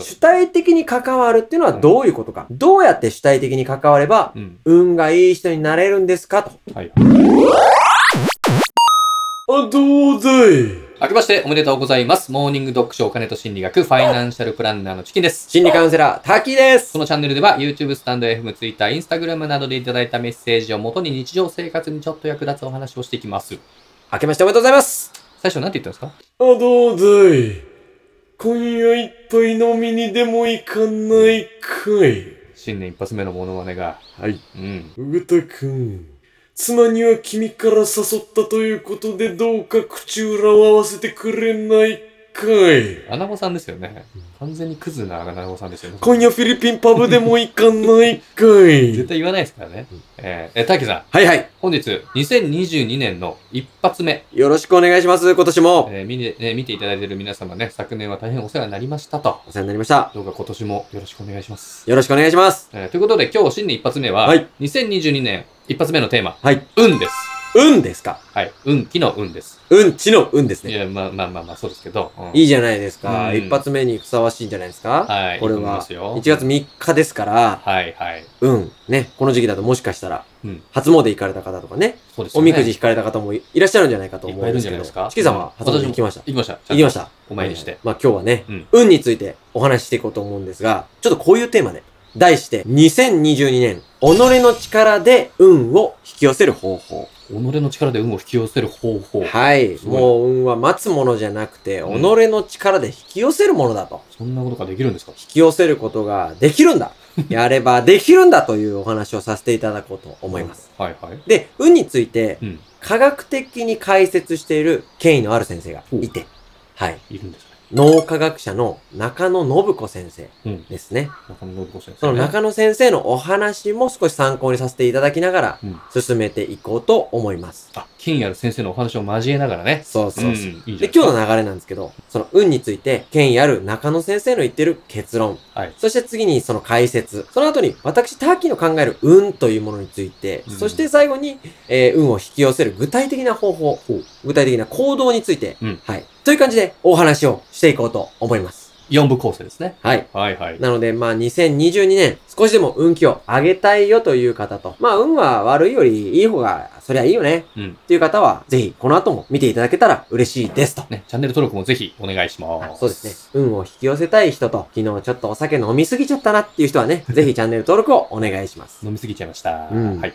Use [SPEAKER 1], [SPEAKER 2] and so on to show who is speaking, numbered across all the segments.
[SPEAKER 1] 主体的に関わるっていうのはどういうことか。どうやって主体的に関われば、
[SPEAKER 2] うん。
[SPEAKER 1] 運がいい人になれるんですかと。
[SPEAKER 2] はい。
[SPEAKER 1] あ、どうぜ
[SPEAKER 2] 明けましておめでとうございます。モーニングドッグショーお金と心理学ファイナンシャルプランナーのチキンです。
[SPEAKER 1] 心理カウンセラー、滝です
[SPEAKER 2] こ。のチャンネルでは YouTube、スタンド FM、Twitter、Instagram などでいただいたメッセージをもとに日常生活にちょっと役立つお話をしていきます。
[SPEAKER 1] 明けましておめでとうございます。
[SPEAKER 2] 最初何て言ったんですか
[SPEAKER 1] あ、どうぜ今夜いっぱい飲みにでも行かないかい。
[SPEAKER 2] 新年一発目のモノマネが。
[SPEAKER 1] はい。
[SPEAKER 2] うん。
[SPEAKER 1] うぐたくん。妻には君から誘ったということでどうか口裏を合わせてくれないかい。
[SPEAKER 2] アナゴさんですよね。完全にクズなアナゴさんですよね。
[SPEAKER 1] 今夜フィリピンパブでも行かないか
[SPEAKER 2] 絶
[SPEAKER 1] い。
[SPEAKER 2] 対言わないですからね
[SPEAKER 1] うん。
[SPEAKER 2] えー、えー、タキさん、
[SPEAKER 1] はいはい。
[SPEAKER 2] 本日、2022年の一発目、
[SPEAKER 1] よろしくお願いします、今年も。
[SPEAKER 2] えー見ねえー見ていただいている皆様ね、昨年は大変お世話になりましたと。
[SPEAKER 1] お世話になりました。
[SPEAKER 2] どうか今年もよろしくお願いします。
[SPEAKER 1] よろしくお願いします。
[SPEAKER 2] えーということで今日新年一発目は、
[SPEAKER 1] はい
[SPEAKER 2] 2022年一発目のテーマ、
[SPEAKER 1] はい。
[SPEAKER 2] 運です。
[SPEAKER 1] 運ですか
[SPEAKER 2] はい。運気の運です。
[SPEAKER 1] 運、知の運です
[SPEAKER 2] い
[SPEAKER 1] ね。
[SPEAKER 2] や、まあまあまあまあ、そうですけど。うん
[SPEAKER 1] いいじゃないですか。
[SPEAKER 2] うん
[SPEAKER 1] 一発目にふさわしいんじゃないですか。
[SPEAKER 2] はい。
[SPEAKER 1] これ
[SPEAKER 2] いいと思いま
[SPEAKER 1] は、
[SPEAKER 2] すよ
[SPEAKER 1] 1月3日ですから、
[SPEAKER 2] はいはい。
[SPEAKER 1] 運、ね、この時期だともしかしたら
[SPEAKER 2] うん、
[SPEAKER 1] 初詣行かれた方とかね、
[SPEAKER 2] そうですよ
[SPEAKER 1] お
[SPEAKER 2] ね。
[SPEAKER 1] みくじ引かれた方もいらっしゃるんじゃないかと思う
[SPEAKER 2] いっぱいい
[SPEAKER 1] んで
[SPEAKER 2] る
[SPEAKER 1] す
[SPEAKER 2] んじゃ
[SPEAKER 1] け
[SPEAKER 2] ないで
[SPEAKER 1] ど
[SPEAKER 2] すか。、
[SPEAKER 1] チキさんは初詣
[SPEAKER 2] 私も
[SPEAKER 1] 行きました。
[SPEAKER 2] 行きました。
[SPEAKER 1] 行きま
[SPEAKER 2] し
[SPEAKER 1] した。
[SPEAKER 2] お参りして
[SPEAKER 1] まあ今日はね、
[SPEAKER 2] うん
[SPEAKER 1] 運についてお話ししていこうと思うんですが、ちょっとこういうテーマで、題して、2022年、己の力で運を引き寄せる方法。
[SPEAKER 2] 己の力で運を引き寄せる方法。
[SPEAKER 1] はい。
[SPEAKER 2] すごい
[SPEAKER 1] もう運は待つものじゃなくて、己
[SPEAKER 2] うん
[SPEAKER 1] の力で引き寄せるものだと。
[SPEAKER 2] そんなことができるんですか
[SPEAKER 1] 引き寄せることができるん だ。やればできるんだというお話をさせていただこうと思います。。
[SPEAKER 2] はいはい。
[SPEAKER 1] で、運について
[SPEAKER 2] う、ん。
[SPEAKER 1] 科学的に解説している権威のある先生がいて、はい。
[SPEAKER 2] いるんですね。
[SPEAKER 1] 脳科学者の中野信子先生
[SPEAKER 2] うん。
[SPEAKER 1] ですね。
[SPEAKER 2] 中野信子先生。
[SPEAKER 1] その中野先生のお話も少し参考にさせていただきながら
[SPEAKER 2] うん、
[SPEAKER 1] 進めていこうと思います。
[SPEAKER 2] あ、金谷先生のお話を交えながらね。
[SPEAKER 1] そうそうそう。
[SPEAKER 2] ん。いいじ
[SPEAKER 1] で
[SPEAKER 2] ゃん、。
[SPEAKER 1] 今日の流れなんですけど、その運について、権威ある中野先生の言ってる結論。
[SPEAKER 2] はい
[SPEAKER 1] そして次にその解説。その後に、私、ターキーの考える運というものについて、
[SPEAKER 2] うん
[SPEAKER 1] そして最後に、えー運を引き寄せる具体的な方法、具体的な行動について、
[SPEAKER 2] うん
[SPEAKER 1] はい。という感じでお話をしていこうと思います。
[SPEAKER 2] 4部構成ですね。
[SPEAKER 1] はい。
[SPEAKER 2] はいはい。
[SPEAKER 1] なので、まあ、2022年、少しでも運気を上げたいよという方と、まあ、運は悪いよりいい方が、そりゃいいよね。
[SPEAKER 2] うん。
[SPEAKER 1] っていう方は、ぜひ、この後も見ていただけたら嬉しいですと。
[SPEAKER 2] ね、チャンネル登録もぜひお願いしま
[SPEAKER 1] あ
[SPEAKER 2] す。
[SPEAKER 1] そうですね。。運を引き寄せたい人と、昨日ちょっとお酒飲みすぎちゃったなっていう人は ね、ぜひチャンネル登録をお願いします。
[SPEAKER 2] 飲みすぎちゃいました。
[SPEAKER 1] うん
[SPEAKER 2] はい。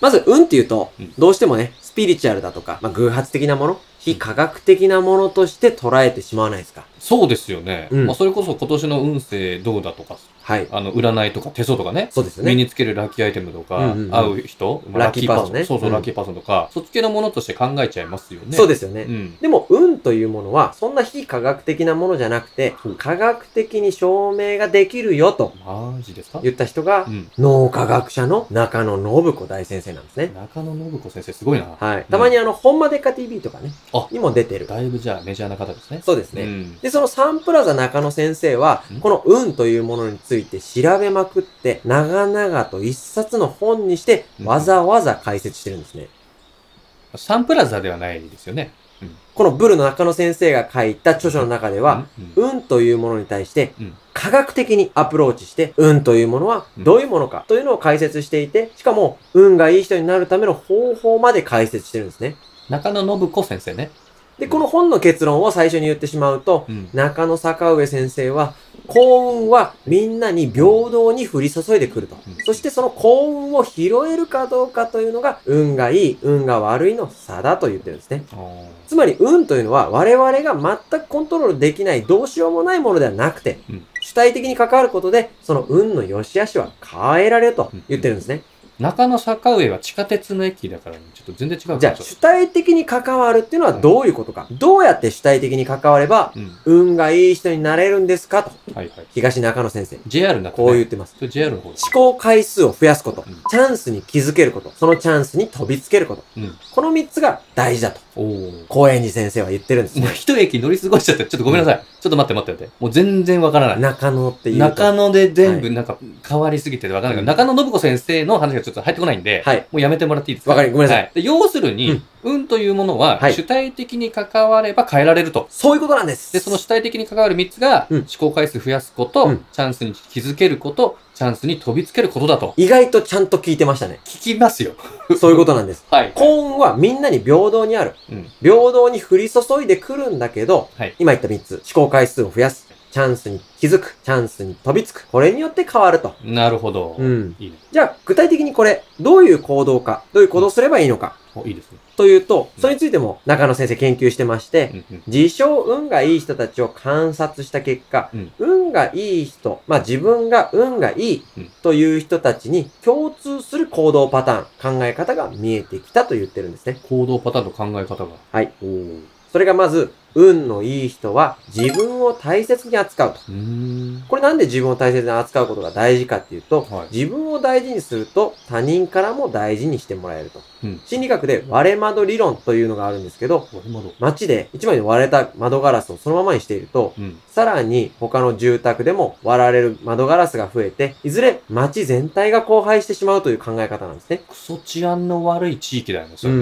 [SPEAKER 1] まず、運っていうと
[SPEAKER 2] うん、
[SPEAKER 1] どうしてもね、スピリチュアルだとか、まあ、偶発的なもの、非科学的なものとして捉えてしまわないですか。
[SPEAKER 2] そうですよね。
[SPEAKER 1] うん
[SPEAKER 2] まあ、それこそ今年の運勢どうだとか、
[SPEAKER 1] はい。
[SPEAKER 2] あの、占いとか手相とかね。
[SPEAKER 1] そうですよ
[SPEAKER 2] 身
[SPEAKER 1] ね。
[SPEAKER 2] につけるラッキーアイテムとか、
[SPEAKER 1] うんうんうん
[SPEAKER 2] 会う人、まあ
[SPEAKER 1] ラッキーパーソンね
[SPEAKER 2] そうそう、
[SPEAKER 1] うん
[SPEAKER 2] ラッキーパーソンとか、そっち系のものとして考えちゃいますよね。
[SPEAKER 1] そう
[SPEAKER 2] で
[SPEAKER 1] ですよね。
[SPEAKER 2] うん。
[SPEAKER 1] でも、運というものは、そんな非科学的なものじゃなくて
[SPEAKER 2] うん、
[SPEAKER 1] 科学的に証明ができるよと
[SPEAKER 2] マジですか
[SPEAKER 1] 言った人が
[SPEAKER 2] う、ん。
[SPEAKER 1] 脳科学者の中野信子大先生なんですね。
[SPEAKER 2] 中野信子先生、すごいな。
[SPEAKER 1] はい。たまにあの、ほんまでっか TV とかね
[SPEAKER 2] あ、
[SPEAKER 1] にも出てる。
[SPEAKER 2] だいぶじゃあメジャーな方ですね。
[SPEAKER 1] そうですね。
[SPEAKER 2] うん。
[SPEAKER 1] で、そのサンプラザ中野先生は
[SPEAKER 2] ん、
[SPEAKER 1] この運というものについて調べまくって、長々と一冊の本にして、
[SPEAKER 2] うん
[SPEAKER 1] わざわざ解説してるんですね。
[SPEAKER 2] サンプラザではないですよね。
[SPEAKER 1] このブルの中野先生が書いた著書の中では、
[SPEAKER 2] うん、うん
[SPEAKER 1] 運というものに対して
[SPEAKER 2] うん、
[SPEAKER 1] 科学的にアプローチして、運というものは
[SPEAKER 2] うん
[SPEAKER 1] どういうものかというのを解説していて、しかも、運がいい人になるための方法まで解説してるんですね。
[SPEAKER 2] 中野信子先生ね。
[SPEAKER 1] で、この本の結論を最初に言ってしまうと、
[SPEAKER 2] うん。
[SPEAKER 1] 中野坂上先生は、幸運はみんなに平等に降り注いでくると
[SPEAKER 2] うん。
[SPEAKER 1] そしてその幸運を拾えるかどうかというのが、運がいい、運が悪いの差だと言ってるんですね。
[SPEAKER 2] あー
[SPEAKER 1] つまり運というのは我々が全くコントロールできないどうしようもないものではなくて、
[SPEAKER 2] うん
[SPEAKER 1] 主体的に関わることで、その運の良し悪しは変えられると言ってるんですね。
[SPEAKER 2] 中野坂上は地下鉄の駅だから、ちょっと全然違うから
[SPEAKER 1] じゃあ、
[SPEAKER 2] ちょっと
[SPEAKER 1] 主体的に関わるっていうのはどういうことか。どうやって主体的に関われば、
[SPEAKER 2] うん。
[SPEAKER 1] 運がいい人になれるんですかと、
[SPEAKER 2] はいはい。
[SPEAKER 1] 東中野先生、
[SPEAKER 2] JR になって、ね、
[SPEAKER 1] こう言ってます。
[SPEAKER 2] それ JR の方だ。
[SPEAKER 1] 思考回数を増やすこと
[SPEAKER 2] うん、
[SPEAKER 1] チャンスに気づけること、そのチャンスに飛びつけること。
[SPEAKER 2] うん。
[SPEAKER 1] この3つが大事だと、
[SPEAKER 2] おお。
[SPEAKER 1] 高円寺先生は言ってるんです
[SPEAKER 2] もう
[SPEAKER 1] ね。
[SPEAKER 2] 一駅乗り過ごしちゃって、ちょっとごめんなさい。ちょっと待って待って待って。もう全然わからない。
[SPEAKER 1] 中野っていうと。
[SPEAKER 2] 中野で全
[SPEAKER 1] は
[SPEAKER 2] 部なんか変わりすぎててわからないから、
[SPEAKER 1] うん
[SPEAKER 2] 中野信子先生の話がちょっと入ってこないんで、
[SPEAKER 1] はい。
[SPEAKER 2] もうやめてもらっていいですか
[SPEAKER 1] わかりごめんなさい
[SPEAKER 2] はで要するに、
[SPEAKER 1] うん
[SPEAKER 2] 運というものは
[SPEAKER 1] はい
[SPEAKER 2] 主体的に関われば変えられると。
[SPEAKER 1] そういうことなんです。
[SPEAKER 2] で、その主体的に関わる3つが、
[SPEAKER 1] うん
[SPEAKER 2] 思考回数増やすこと、
[SPEAKER 1] うん
[SPEAKER 2] チャンスに気づけること、チャンスに飛びつけることだと。。
[SPEAKER 1] 意外とちゃんと聞いてましたね
[SPEAKER 2] 聞きますよ。
[SPEAKER 1] そういうことなんです。
[SPEAKER 2] はい。
[SPEAKER 1] 幸運はみんなに平等にある。
[SPEAKER 2] うん。
[SPEAKER 1] 平等に降り注いでくるんだけど、
[SPEAKER 2] はい
[SPEAKER 1] 今言った3つ。思考回数を増やす。チャンスに気づく。チャンスに飛びつく。これによって変わると。
[SPEAKER 2] なるほど。
[SPEAKER 1] うん。
[SPEAKER 2] いいね。
[SPEAKER 1] じゃあ、具体的にこれ、どういう行動か、どういう行動をすればいいのか、
[SPEAKER 2] おいいですね。
[SPEAKER 1] というと、それについても中野先生研究してまして、
[SPEAKER 2] うんうん。
[SPEAKER 1] 自称運がいい人たちを観察した結果、
[SPEAKER 2] うん
[SPEAKER 1] 運がいい人、まあ自分が運がいい
[SPEAKER 2] うん
[SPEAKER 1] という人たちに共通する行動パターン、考え方が見えてきたと言ってるんですね。
[SPEAKER 2] 行動パターンと考え方が。
[SPEAKER 1] はい。
[SPEAKER 2] おー。う
[SPEAKER 1] それがまず、運のいい人は自分を大切に扱うと。
[SPEAKER 2] ーん。
[SPEAKER 1] これなんで自分を大切に扱うことが大事かっていうと、
[SPEAKER 2] はい
[SPEAKER 1] 自分を大事にすると他人からも大事にしてもらえると。
[SPEAKER 2] うん
[SPEAKER 1] 心理学で割れ窓理論というのがあるんですけど、
[SPEAKER 2] これ窓。
[SPEAKER 1] 街で一枚の割れた窓ガラスをそのままにしていると、
[SPEAKER 2] うん。
[SPEAKER 1] さらに他の住宅でも割られる窓ガラスが増えて、いずれ街全体が荒廃してしまうという考え方なんですね。
[SPEAKER 2] クソ治安の悪い地域だよね、それ
[SPEAKER 1] ん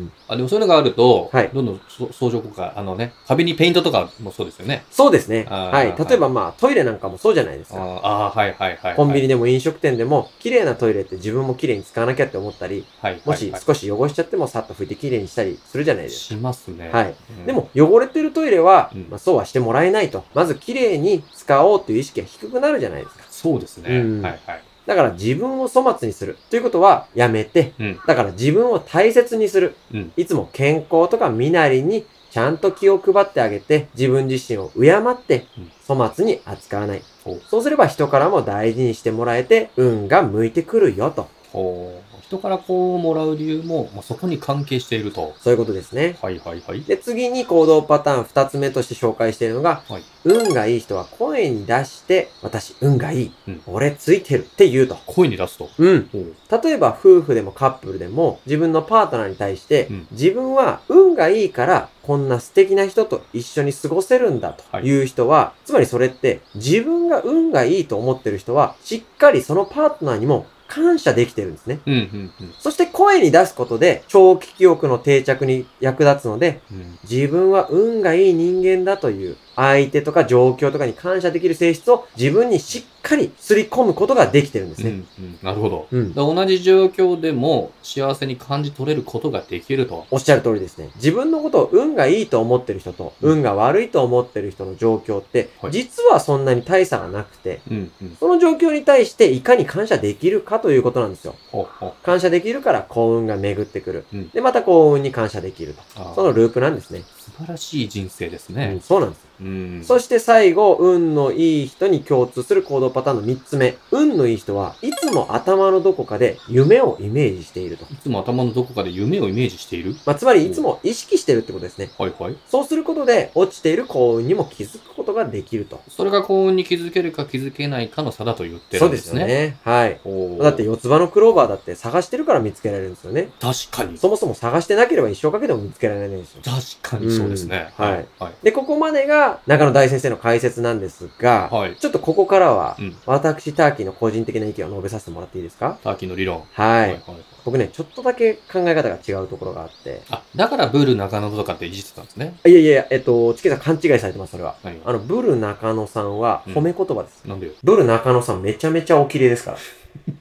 [SPEAKER 2] ね。
[SPEAKER 1] ん。
[SPEAKER 2] あでもそういうのがあると、
[SPEAKER 1] はい
[SPEAKER 2] どんどんそ相乗効果、あのね、壁にペイントとかもそうですよね。
[SPEAKER 1] そうですね。
[SPEAKER 2] あー
[SPEAKER 1] はい。例えばまあトイレなんかもそうじゃないです
[SPEAKER 2] あー
[SPEAKER 1] か。
[SPEAKER 2] あー、はいはいはい、はい。
[SPEAKER 1] コンビニでも飲食店でも、綺麗なトイレって自分も綺麗に使わなきゃって思ったり、
[SPEAKER 2] はいはい
[SPEAKER 1] も
[SPEAKER 2] はい、
[SPEAKER 1] し少し汚しちゃってもさっと拭いて綺麗にしたりするじゃないです
[SPEAKER 2] しますね。
[SPEAKER 1] か。はい。
[SPEAKER 2] うん
[SPEAKER 1] で、も、汚れてるトイレは
[SPEAKER 2] うん、
[SPEAKER 1] まあ、そうはしてもらえないと。まず、綺麗に使おうという意識が低くなるじゃないですか。
[SPEAKER 2] そうですね。
[SPEAKER 1] うん
[SPEAKER 2] はいはい。
[SPEAKER 1] だから、自分を粗末にする。ということは、やめて。
[SPEAKER 2] うん。
[SPEAKER 1] だから、自分を大切にする。
[SPEAKER 2] うん。
[SPEAKER 1] いつも健康とか身なりに、ちゃんと気を配ってあげて、自分自身を敬って
[SPEAKER 2] うん、
[SPEAKER 1] 粗末に扱わない
[SPEAKER 2] お。
[SPEAKER 1] そうすれば、人からも大事にしてもらえて、運が向いてくるよと。
[SPEAKER 2] こう、人からこうもらう理由も、まあ、そこに関係していると。
[SPEAKER 1] そういうことですね。
[SPEAKER 2] はいはいはい。
[SPEAKER 1] で、次に行動パターン二つ目として紹介しているのが、
[SPEAKER 2] はい
[SPEAKER 1] 運がいい人は声に出して、私運がいい、
[SPEAKER 2] うん
[SPEAKER 1] 俺ついてるって言うと。
[SPEAKER 2] 声に出すと。
[SPEAKER 1] うん。
[SPEAKER 2] おう
[SPEAKER 1] 例えば夫婦でもカップルでも自分のパートナーに対して、
[SPEAKER 2] うん
[SPEAKER 1] 自分は運がいいからこんな素敵な人と一緒に過ごせるんだという人は、つまりそれって自分が運がいいと思ってる人はしっかりそのパートナーにも感謝できてるんですね。
[SPEAKER 2] うんうんうん
[SPEAKER 1] そして声に出すことで長期記憶の定着に役立つので
[SPEAKER 2] うん。
[SPEAKER 1] 自分は運がいい人間だという相手とか状況とかに感謝できる性質を自分にしっかりすり込むことができてるんです
[SPEAKER 2] う
[SPEAKER 1] ね。
[SPEAKER 2] んうん、なるほど。
[SPEAKER 1] うん。
[SPEAKER 2] だから同じ状況でも幸せに感じ取れることができると。
[SPEAKER 1] おっしゃる通りですね。自分のことを運がいいと思ってる人と、
[SPEAKER 2] うん
[SPEAKER 1] 運が悪いと思ってる人の状況って、
[SPEAKER 2] はい
[SPEAKER 1] 実はそんなに大差がなくて、
[SPEAKER 2] うんうん。
[SPEAKER 1] その状況に対していかに感謝できるかということなんですよ。
[SPEAKER 2] ほうほう
[SPEAKER 1] 感謝できるから幸運が巡ってくる。
[SPEAKER 2] うん
[SPEAKER 1] で、また幸運に感謝できると。
[SPEAKER 2] あー
[SPEAKER 1] そのループなんですね。
[SPEAKER 2] 素晴らしい人生です
[SPEAKER 1] うん、
[SPEAKER 2] ね。
[SPEAKER 1] そうなんです。
[SPEAKER 2] うん。
[SPEAKER 1] そして最後、運のいい人に共通する行動パターンの3つ目。運のいい人はいつも頭のどこかで夢をイメージしていると。
[SPEAKER 2] いつも頭のどこかで夢をイメージしている
[SPEAKER 1] まあ、つまりいつも意識してるってことですね。
[SPEAKER 2] はいはい。
[SPEAKER 1] そうすることで落ちている幸運にも気づくことができると。
[SPEAKER 2] それが幸運に気づけるか気づけないかの差だと言って
[SPEAKER 1] そ
[SPEAKER 2] る
[SPEAKER 1] うんで
[SPEAKER 2] ですす
[SPEAKER 1] よ
[SPEAKER 2] ね。
[SPEAKER 1] ね。はい。
[SPEAKER 2] おー
[SPEAKER 1] だって四つ葉のクローバーだって探してるから見つけられるんですよね。
[SPEAKER 2] 確かに。
[SPEAKER 1] そもそも探してなければ一生かけても見つけられないんですよ。
[SPEAKER 2] 確かにそうですね。
[SPEAKER 1] うんはい。
[SPEAKER 2] はい。
[SPEAKER 1] で、ここまでが中野大先生の解説なんですが、
[SPEAKER 2] はい。
[SPEAKER 1] ちょっとここからは
[SPEAKER 2] うん。
[SPEAKER 1] 私ターキーの個人的な意見を述べさせてもらっていいですか
[SPEAKER 2] ターキーの理論。
[SPEAKER 1] はい。
[SPEAKER 2] はい。
[SPEAKER 1] 僕ね、ちょっとだけ考え方が違うところがあって。
[SPEAKER 2] あ、だからブール中野とかっていじってたんですね。
[SPEAKER 1] あいやいや、えっと、チケさん勘違いされてます、それは。
[SPEAKER 2] 何が
[SPEAKER 1] あの、ブル中野さんは
[SPEAKER 2] うん
[SPEAKER 1] 褒め言葉です。
[SPEAKER 2] なんでよ。
[SPEAKER 1] ブル中野さんめちゃめちゃお綺麗 ですから。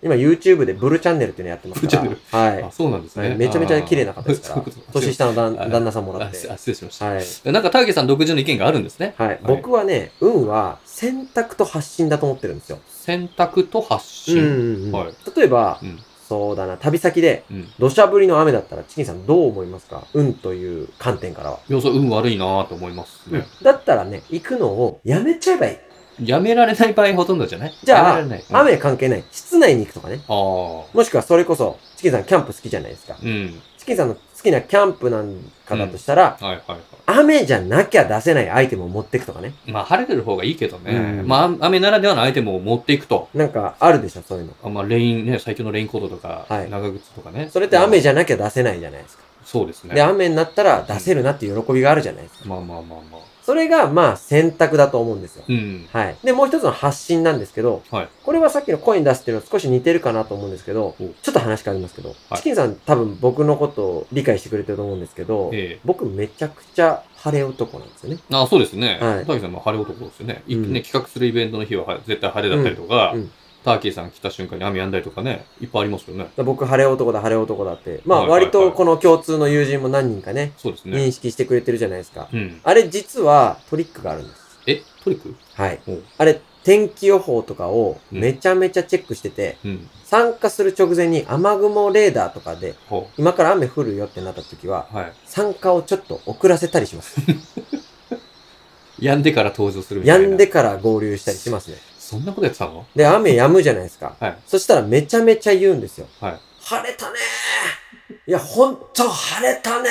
[SPEAKER 1] 今 YouTube でブルチャンネルっていうのやってますから。
[SPEAKER 2] ブル
[SPEAKER 1] はい
[SPEAKER 2] あ、。そうなんです
[SPEAKER 1] は
[SPEAKER 2] ね。
[SPEAKER 1] いめちゃめちゃ綺麗な方ですから
[SPEAKER 2] あーそういうこと
[SPEAKER 1] 年下の旦
[SPEAKER 2] あ
[SPEAKER 1] 旦那さんもら
[SPEAKER 2] あ
[SPEAKER 1] って。
[SPEAKER 2] あ失礼しました。
[SPEAKER 1] はい。
[SPEAKER 2] なんかターキーさん独自の意見があるんですね。
[SPEAKER 1] はい。僕はね、運は選択と発信だと思ってるんですよ。
[SPEAKER 2] 選択と発
[SPEAKER 1] うんう
[SPEAKER 2] 信。
[SPEAKER 1] んうん
[SPEAKER 2] はい
[SPEAKER 1] 例えば、
[SPEAKER 2] うん
[SPEAKER 1] そうだな、旅先で
[SPEAKER 2] うん。
[SPEAKER 1] 土砂降りの雨だったら、チキンさんどう思いますか運という観点からは。
[SPEAKER 2] 要素運悪いなぁと思いますね。
[SPEAKER 1] だったらね、行くのをやめちゃえばいい。
[SPEAKER 2] やめられない場合ほとんどじゃない
[SPEAKER 1] じゃあ
[SPEAKER 2] やめられない。うん
[SPEAKER 1] 雨関係ない。室内に行くとかね。
[SPEAKER 2] あ
[SPEAKER 1] もしくはそれこそ、チキンさんキャンプ好きじゃないですか
[SPEAKER 2] あ。。うん。
[SPEAKER 1] チキンさんの好きなキャンプなんかだとしたら、
[SPEAKER 2] はいはいは
[SPEAKER 1] 雨じゃなきゃ出せないアイテムを持っていくとかね。
[SPEAKER 2] い。まあ晴れてる方がいいけどね。
[SPEAKER 1] うん
[SPEAKER 2] まあ雨ならではのアイテムを持っていくと。
[SPEAKER 1] なんかあるでしょ、そういうの。
[SPEAKER 2] あまあレインね、最強のレインコートとか、
[SPEAKER 1] はい
[SPEAKER 2] 長靴とかね。
[SPEAKER 1] それって雨
[SPEAKER 2] ゃ、
[SPEAKER 1] じゃなきゃ出せないじゃないですか。
[SPEAKER 2] そうですね。
[SPEAKER 1] で、雨になったら出せるなっていう喜びがあるじゃないですか。
[SPEAKER 2] まあまあまあまあ。
[SPEAKER 1] そそれが、まあ、選択だと思うんですよ。
[SPEAKER 2] うん。
[SPEAKER 1] はい。で、もう一つの発信なんですけど、
[SPEAKER 2] はい
[SPEAKER 1] これはさっきの声に出すっていうのは少し似てるかなと思うんですけど、
[SPEAKER 2] お
[SPEAKER 1] ちょっと話変わりますけど、
[SPEAKER 2] はい
[SPEAKER 1] チキンさん多分僕のことを理解してくれてると思うんですけど、
[SPEAKER 2] え
[SPEAKER 1] 僕めちゃくちゃ晴れ男なんですよね。
[SPEAKER 2] え。あそうですね。
[SPEAKER 1] はい
[SPEAKER 2] ターキーさんも晴れ男ですよね。い
[SPEAKER 1] うん
[SPEAKER 2] ね企画するイベントの日はは絶対晴れだったりとか、
[SPEAKER 1] うんうん
[SPEAKER 2] ターキーさん来た瞬間に雨やんだりとかね、いっぱいありますよね。
[SPEAKER 1] 僕晴れ男だ晴れ男だって、まあ
[SPEAKER 2] はいはいはい
[SPEAKER 1] 割とこの共通の友人も何人かね、
[SPEAKER 2] そうですね。
[SPEAKER 1] 認識してくれてるじゃないですか。
[SPEAKER 2] うん。
[SPEAKER 1] あれ実はトリックがあるんです。
[SPEAKER 2] え、トリック
[SPEAKER 1] はい
[SPEAKER 2] おう。
[SPEAKER 1] あれ、天気予報とかをめちゃめちゃチェックしてて、
[SPEAKER 2] うん。
[SPEAKER 1] 参加する直前に雨雲レーダーとかで、
[SPEAKER 2] ほ
[SPEAKER 1] 今から雨降るよってなった時は、
[SPEAKER 2] う。はい。
[SPEAKER 1] 参加をちょっと遅らせたりします。
[SPEAKER 2] やんでから登場するみた
[SPEAKER 1] 止
[SPEAKER 2] いな。
[SPEAKER 1] んでから合流したりしますね。
[SPEAKER 2] そんなことやってたの
[SPEAKER 1] で、雨止むじゃないですか。
[SPEAKER 2] はい
[SPEAKER 1] そしたらめちゃめちゃ言うんですよ。
[SPEAKER 2] はい
[SPEAKER 1] 晴れたねーいや、ほんと晴れたね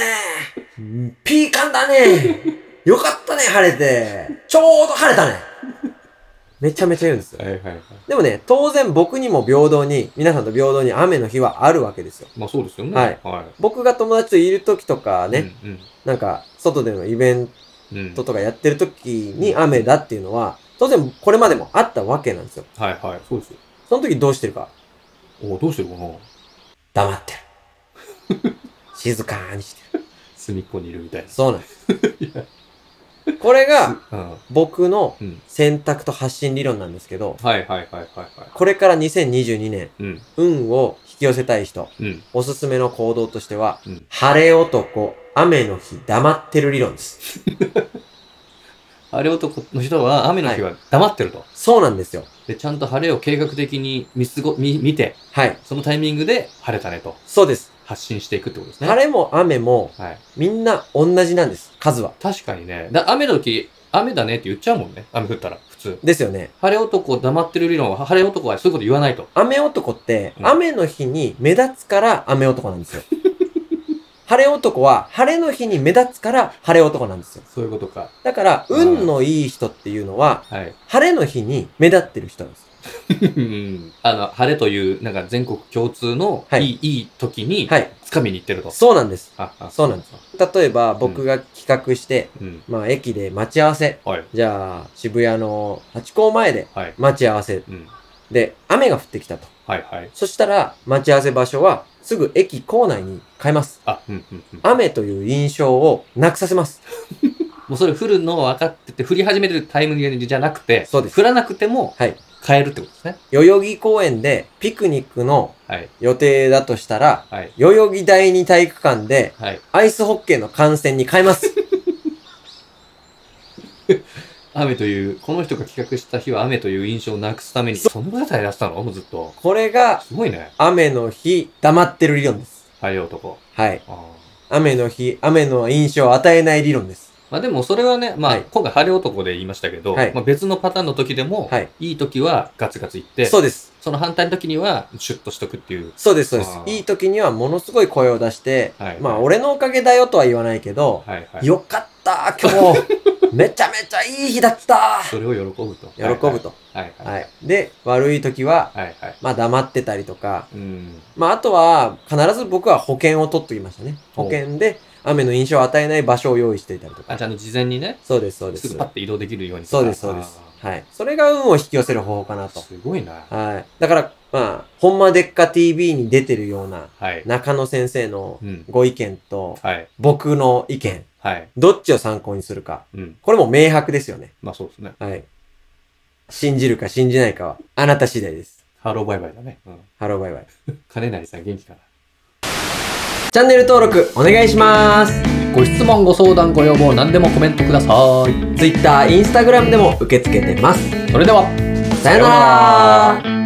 [SPEAKER 1] ーうんピーカンだねーよかったね、晴れてちょうど晴れたねめちゃめちゃ言うんですよ。
[SPEAKER 2] はいはいはい。
[SPEAKER 1] でもね、当然僕にも平等に、皆さんと平等に雨の日はあるわけですよ。
[SPEAKER 2] まあそうですよね。
[SPEAKER 1] はい。
[SPEAKER 2] は
[SPEAKER 1] 僕が友達といる時とか
[SPEAKER 2] い。
[SPEAKER 1] ね、
[SPEAKER 2] うん。
[SPEAKER 1] なんか、外でのイベン
[SPEAKER 2] うん。うん
[SPEAKER 1] トとかやってる時に雨だっていうのは、当然これまでもあったわけなんですよ。
[SPEAKER 2] はいはい。そうですよ。
[SPEAKER 1] その時どうしてるか。
[SPEAKER 2] おどうしてるかな
[SPEAKER 1] 黙ってる。静かにしてる。
[SPEAKER 2] 隅っこにいるみたいな。
[SPEAKER 1] そうなんです。これが
[SPEAKER 2] うん。
[SPEAKER 1] 僕の
[SPEAKER 2] うん
[SPEAKER 1] 選択と発信理論なんですけど、
[SPEAKER 2] はいはいはいはいは
[SPEAKER 1] これから2022年、
[SPEAKER 2] い。うん。
[SPEAKER 1] 運を引き寄せたい人、
[SPEAKER 2] うん。
[SPEAKER 1] おすすめの行動としては、
[SPEAKER 2] うん
[SPEAKER 1] 晴れ男、雨の日、黙ってる理論です。
[SPEAKER 2] 晴れ男の人は雨の日は黙ってると。
[SPEAKER 1] そうなんですよ。
[SPEAKER 2] で、ちゃんと晴れを計画的に見すご、見、見て、
[SPEAKER 1] はい。
[SPEAKER 2] そのタイミングで晴れたねと
[SPEAKER 1] そうです。
[SPEAKER 2] 発信していくってことですね。
[SPEAKER 1] 晴れも雨も
[SPEAKER 2] はい。
[SPEAKER 1] みんな同じなんです。数は。
[SPEAKER 2] 確かにね。だ雨の時、雨だねって言っちゃうもんね。雨降ったら、普通。
[SPEAKER 1] ですよね。
[SPEAKER 2] 晴れ男黙ってる理論は、晴れ男はそういうこと言わないと。
[SPEAKER 1] 雨男って、
[SPEAKER 2] うん
[SPEAKER 1] 雨の日に目立つから雨男なんですよ。 晴れ男は、晴れの日に目立つから晴れ男なんですよ。
[SPEAKER 2] そういうことか。
[SPEAKER 1] だから、運のいい人っていうのは、
[SPEAKER 2] はい。
[SPEAKER 1] 晴れの日に目立ってる人なんです。
[SPEAKER 2] うん あの、晴れという、なんか全国共通のい
[SPEAKER 1] は
[SPEAKER 2] い、
[SPEAKER 1] い
[SPEAKER 2] い、い時に、
[SPEAKER 1] はい。
[SPEAKER 2] 掴みに行ってると。
[SPEAKER 1] そうなんです。
[SPEAKER 2] ああ
[SPEAKER 1] そうなんです。例えば、僕が企画して、
[SPEAKER 2] うん。
[SPEAKER 1] まあ、駅で待ち合わせ。
[SPEAKER 2] はい。
[SPEAKER 1] じゃあ、渋谷のハチ公前で
[SPEAKER 2] はい。
[SPEAKER 1] 待ち合わせ。
[SPEAKER 2] うん。
[SPEAKER 1] で、雨が降ってきたと。
[SPEAKER 2] はいはい。
[SPEAKER 1] そしたら、待ち合わせ場所は、すぐ駅構内に変えます。
[SPEAKER 2] あ、うんうんうん。
[SPEAKER 1] 雨という印象をなくさせます。
[SPEAKER 2] もうそれ降るの分かってて、降り始めてるタイミングじゃなくて、
[SPEAKER 1] そうです
[SPEAKER 2] 降らなくても
[SPEAKER 1] はい。
[SPEAKER 2] 変えるってことですね。
[SPEAKER 1] 代々木公園でピクニックの
[SPEAKER 2] はい。
[SPEAKER 1] 予定だとしたら、
[SPEAKER 2] はい。
[SPEAKER 1] 代々木第二体育館で
[SPEAKER 2] はい。
[SPEAKER 1] アイスホッケーの観戦に変えます。
[SPEAKER 2] 雨という、この人が企画した日は雨という印象をなくすために、そのことやらせたのもうずっと。
[SPEAKER 1] これが
[SPEAKER 2] すごいね。
[SPEAKER 1] 雨の日黙ってる理論です。
[SPEAKER 2] 晴れ男。
[SPEAKER 1] はい。
[SPEAKER 2] あー
[SPEAKER 1] 雨の日、雨の印象を与えない理論です。
[SPEAKER 2] まあでもそれはね、まあ、
[SPEAKER 1] はい
[SPEAKER 2] 今回晴れ男で言いましたけど、
[SPEAKER 1] はい
[SPEAKER 2] まあ別のパターンの時でも、、
[SPEAKER 1] はいい。
[SPEAKER 2] い時はガツガツいって、
[SPEAKER 1] そうです。
[SPEAKER 2] その反対の時にはシュッとしとくっていう。
[SPEAKER 1] そうです、そうで
[SPEAKER 2] あー
[SPEAKER 1] す。いい時にはものすごい声を出して、
[SPEAKER 2] はい
[SPEAKER 1] まあ、俺のおかげだよとは言わないけど、
[SPEAKER 2] はいはい。
[SPEAKER 1] よかった、今 日めちゃめちゃいい日だった
[SPEAKER 2] それを喜ぶと。
[SPEAKER 1] 喜ぶ。と。
[SPEAKER 2] はいはい。
[SPEAKER 1] はい。で、悪い時は、
[SPEAKER 2] はいはい。
[SPEAKER 1] まあ、黙ってたりとか、
[SPEAKER 2] うん。
[SPEAKER 1] まあ、あとは、必ず僕は保険を取っときましたね。保険で、雨の印象を与えない場所を用意していたりと
[SPEAKER 2] あ、
[SPEAKER 1] か。
[SPEAKER 2] ちゃんと事前にね、
[SPEAKER 1] そうです、そうですす
[SPEAKER 2] ぐパ。ッて移動できるようにとか
[SPEAKER 1] そうです、そうです
[SPEAKER 2] あ。
[SPEAKER 1] はい。それが運を引き寄せる方法かな
[SPEAKER 2] ー
[SPEAKER 1] と。
[SPEAKER 2] すごいな。
[SPEAKER 1] はい。だから、まあ、ほんまでっか TV に出てるような、
[SPEAKER 2] はい。
[SPEAKER 1] 中野先生の
[SPEAKER 2] うん。
[SPEAKER 1] ご意見と、
[SPEAKER 2] はい。
[SPEAKER 1] 僕の意見、
[SPEAKER 2] はい。
[SPEAKER 1] どっちを参考にするか。
[SPEAKER 2] うん。
[SPEAKER 1] これも明白ですよね。
[SPEAKER 2] まあそうですね。
[SPEAKER 1] はい。信じるか信じないかは、あなた次第です。
[SPEAKER 2] ハローバイバイだね。うん。
[SPEAKER 1] ハローバイバイ。
[SPEAKER 2] 金成さん元気かな。
[SPEAKER 1] チャンネル登録お願いします。
[SPEAKER 2] ご質問、ご相談、ご要望、何でもコメントください。
[SPEAKER 1] Twitter、Instagram でも受け付けてます。
[SPEAKER 2] それでは。
[SPEAKER 1] さよなら